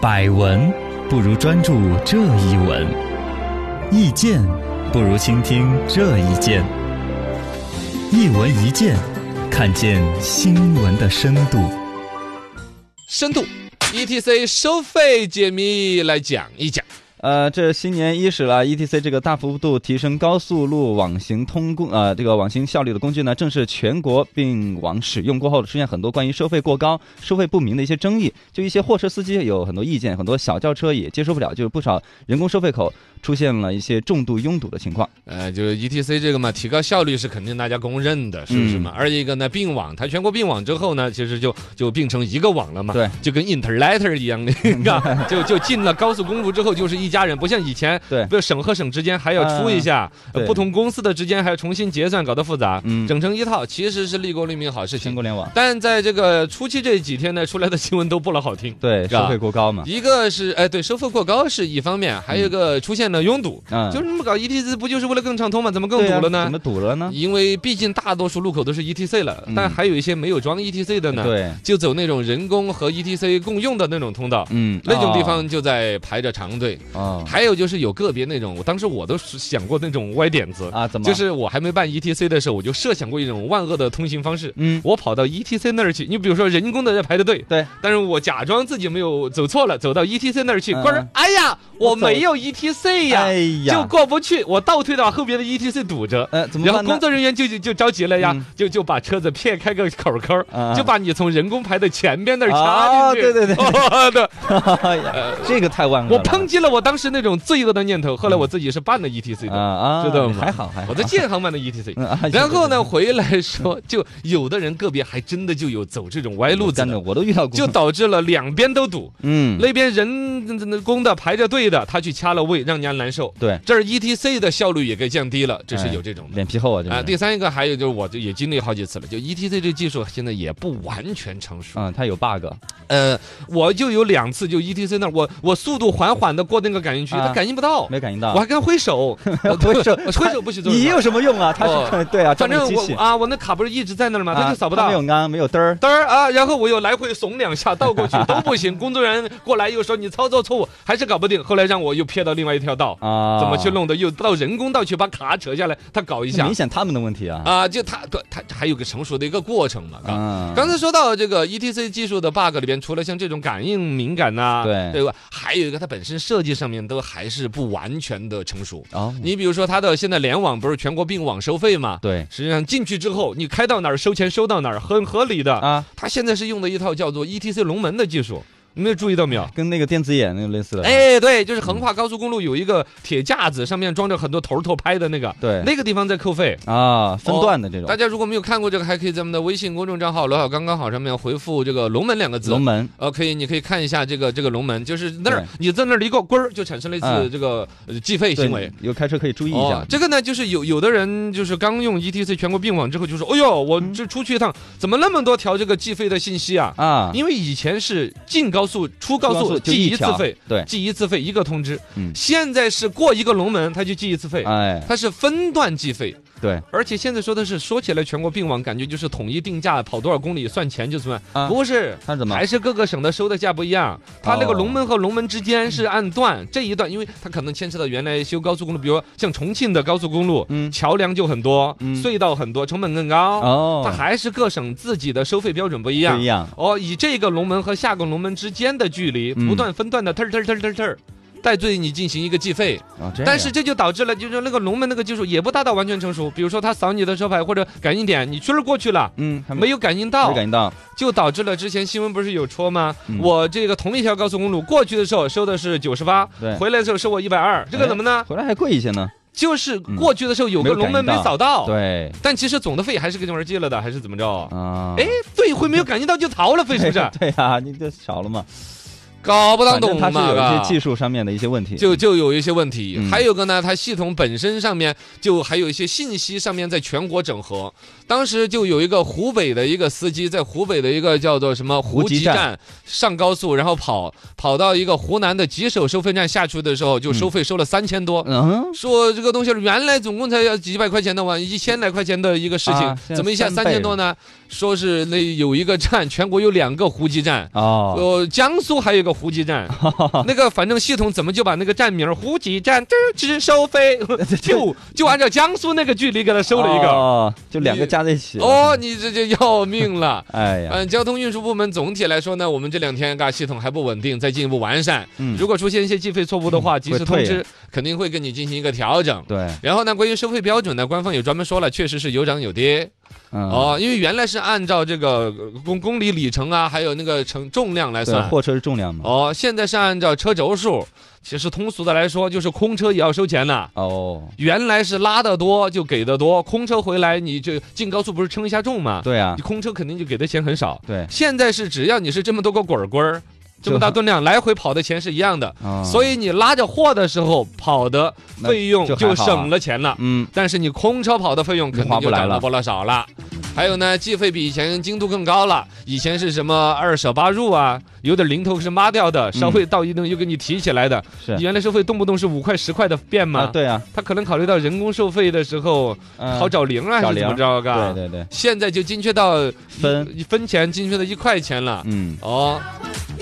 百闻不如专注这一闻，意见不如倾听这一见。一闻一见，看见新闻的深度。深度 ETC 收费解密来讲一讲。呃，这新年伊始了，ETC 这个大幅度提升高速路网行通工呃这个网行效率的工具呢，正式全国并网使用过后，出现很多关于收费过高、收费不明的一些争议。就一些货车司机有很多意见，很多小轿车也接受不了，就是不少人工收费口出现了一些重度拥堵的情况。呃，就是 ETC 这个嘛，提高效率是肯定大家公认的，是不嗯是嘛？二一个呢，并网，它全国并网之后呢，其实就就并成一个网了嘛，对，就跟 Internet 一样的， 嘎就就进了高速公路之后就是一家人，不像以前，对嗯不是省和省之间还要出一下，对呃不同公司的之间还要重新结算，搞得复杂，嗯整成一套，其实是利国利民好事全情。国联网但在这个初期这几天呢，出来的新闻都不老好听，对是吧收费过高嘛，一个是哎对收费过高是一方面，还有一个出现了拥堵，嗯，就是这么搞 ETC 不就是为了更畅通嘛？怎么更对堵啊了怎呢？么堵了呢？因为毕竟大多数路口都是 ETC 了，但嗯还有一些没有装 ETC 的呢，对，就走那种人工和 ETC 共用的那种通道。嗯，那种地哦方就在排着长队，哦还有就是有个别那种，我当时我都是想过那种歪点子，啊，怎么就是我还没办 ETC 的时候，我就设想过一种万恶的通行方式，嗯我跑到 ETC 那儿去，你比如说人工的在排着队，对，但是我假装自己没有走错了，走到 ETC 那儿去，嗯官人，哎呀，我我走没有 ETC 呀，哎呀，就过不去，我倒退到后边的 ETC 堵着，呃怎么然后办呢工？作人员就就就着急了呀，嗯就就把车子撇开个口口儿，啊就把你从人工排的前边那儿啊插进去，对对对 对，对， 哎呀这个太万恶了，呃我抨击了我当时那种罪恶的念头，后来我自己是办了 ETC 啊的，啊，知道吗还好还好，我在建行办的 ETC。嗯啊然后呢，回来说，就有的人个别还真的就有走这种歪路子真的的，，我都遇到过。就导致了两边都堵，嗯，那边人工的排着队的，他去掐了位，让人家难受。对，这儿 ETC 的效率也给降低了，这是有这种的。脸皮厚啊，这啊，个第人三一个还有就是，我就也经历好几次了，就 ETC 这技术现在也不完全成熟。嗯，他有 bug，呃，我就有两次就 ETC 那儿，我我速度缓缓的过那个感应区，啊它感应不到，没感应我到。还跟他挥手，我 挥手我 挥手不许做。你有什么用啊？他哦是对啊，反这么正个机器我啊，我那卡不是一直在那儿吗？他就扫不啊到没。有安，没有嘚儿。嘚儿啊，然后我又来回怂两下，倒过去都不行。工作人员过来又说你操作错误，还是搞不定。后来让我又撇到另外一条道，啊，怎么去？弄的？又到人工道去把卡扯下来，他搞一下明显他们的问题啊。啊，就他他还有个成熟的一个过程嘛。啊嗯，刚才说到这个 ETC 技术的 bug 里边，除了像这种感应敏感呐、对对吧？还有一个它本身设计上面都还是不完全的成熟。哦，你比如说它的现在联网不是全国并网收费嘛？对实际上进去之后，你开到哪儿收钱收到哪儿，很合理的。啊，它现在是用的一套叫做 ETC 龙门的技术，你没有注意到没有？跟那个电子眼那个类似的。，哎，对，就是横跨高速公路有一个铁架子，上面装着很多头头拍的那个，对那个地方在扣费。啊，分段的这种大家如果没有看过这个，还可以在我们的微信公众账号“罗小刚刚好”上面回复这个“龙门”两个字龙。门，呃，可以，你可以看一下这个这个龙门，就是那儿对你在那儿一个棍儿，就产生了一次嗯这个呃计费对行为。，有开车可以注意一哦下，。这个呢，就是有有的人就是刚用 ETC 全国并网之后，就说：“哎呦，我嗯这出去一趟，怎么那么多条这个计费的信息啊？”啊，因为以前是进高速、出高高速速就记一次条费，，对，记一次费一个通知。嗯现在是过一个龙门，他就记一次费，哎，它是分段计费。对，而且现在说的是，说起来全国并网，感觉就是统一定价，跑多少公里算钱就算。啊不是，他怎么还是各个省的收的价不一样。它那个哦龙门和龙门之间是按段，这一段，因为它可能牵扯到原来修高速公路，比如像重庆的高速公路，嗯桥梁就很多，嗯隧道很多，成本更高。哦，它还是各省自己的收费标准不一样不一。样，哦，以这个龙门和下个龙门之间的距离，嗯不断分段的特特特特特，带对你进行一个计费。哦这样但是这就导致了，就是那个龙门那个技术也不达到完全成熟。比如说，它扫你的车牌或者感应点，你确实过去了。嗯，还没有感应没到有，感应到，就导致了之前新闻不是有戳吗？嗯我这个同一条高速公路过去的时候收的是九十八，对，哎回来的时候收我一百二，这个怎么呢？回来还贵一些呢。就是嗯过去的时候有个龙门没扫到，对，但其实总的费还是给这玩意儿记了的，还是怎么着？啊，？哎，对，会没有感应到就逃了费是不是对啊，你这少了嘛。搞不当反懂嘛，正它是有一嘎些技术上面的一些问题。就就有一些问题，嗯还有个呢，它系统本身上面就还有一些信息上面在全国整合。当时就有一个湖北的一个司机，在湖北的一个叫做什么湖湖集集站站上高速，然后跑跑到一个湖南的吉首收费站下去的时候，就收费收了三千多。嗯，说这个东西原来总共才要几百块钱的玩一千来块钱的一个事情，啊现在怎么一下三三倍千多呢？说是那有一个站，全国有两个胡集站。哦，呃，江苏还有一个胡集 站，那个反正系统怎么就把那个站名儿胡集站这只收 费，就就按照江苏那个距离给它收了一个。哦，就两个你加在一起。哦，，你这就要命了。 哎呀，嗯，交通运输部门总体来说呢，我们这两天啊嘎系统还不稳定，再进一步完善。嗯如果出现一些计费错误的话，及时会退通知，肯定会跟你进行一个调整。对，然后呢，关于收费标准呢，官方也专门说了，确实是有涨有跌嗯，哦，因为原来是按照这个呃公公里里程啊，还有那个乘重量来对，算，货车是重量嘛。哦，现在是按照车轴数。其实通俗的来说，就是空车也要收钱呐。哦，原来是拉的多就给的多，空车回来你就进高速不是称一下重嘛？对啊你，空车肯定就给的钱很少。对，现在是只要你是这么多个滚儿滚儿，这么就大吨量来回跑的钱是一样的，啊所以你拉着货的时候跑的那费用就就还好啊省了钱了。嗯，但是你空车跑的费用肯定就涨划了不不了少了。还有呢，计费比以前精度更高了，以前是什么二舍八入啊，有点零头是抹掉的，稍微倒一弄又给你提起来的。嗯是原来收费动不动是五块十块的变啊，嘛，对啊，他可能考虑到人工收费的时候嗯好找零啊，找还是怎么零着嘎？嗯对对对，现在就精确到分一分钱，精确到一块钱了。嗯，哦，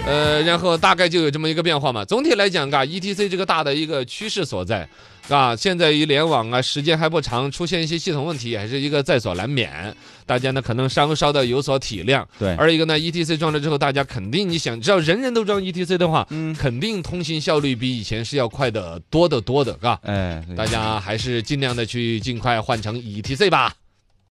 呃，然后大概就有这么一个变化嘛。总体来讲，啊嘎，ETC 这个大的一个趋势所在，啊，现在一联网啊，时间还不长，出现一些系统问题，还是一个在所难免。大家呢可能稍稍的有所体谅。对而一个呢，ETC ，E 装了之后，大家肯定你想，只要人人都装 ETC 的话，嗯，肯定通行效率比以前是要快得多得多的，嘎。哎，对大家还是尽量的去尽快换成 ETC 吧。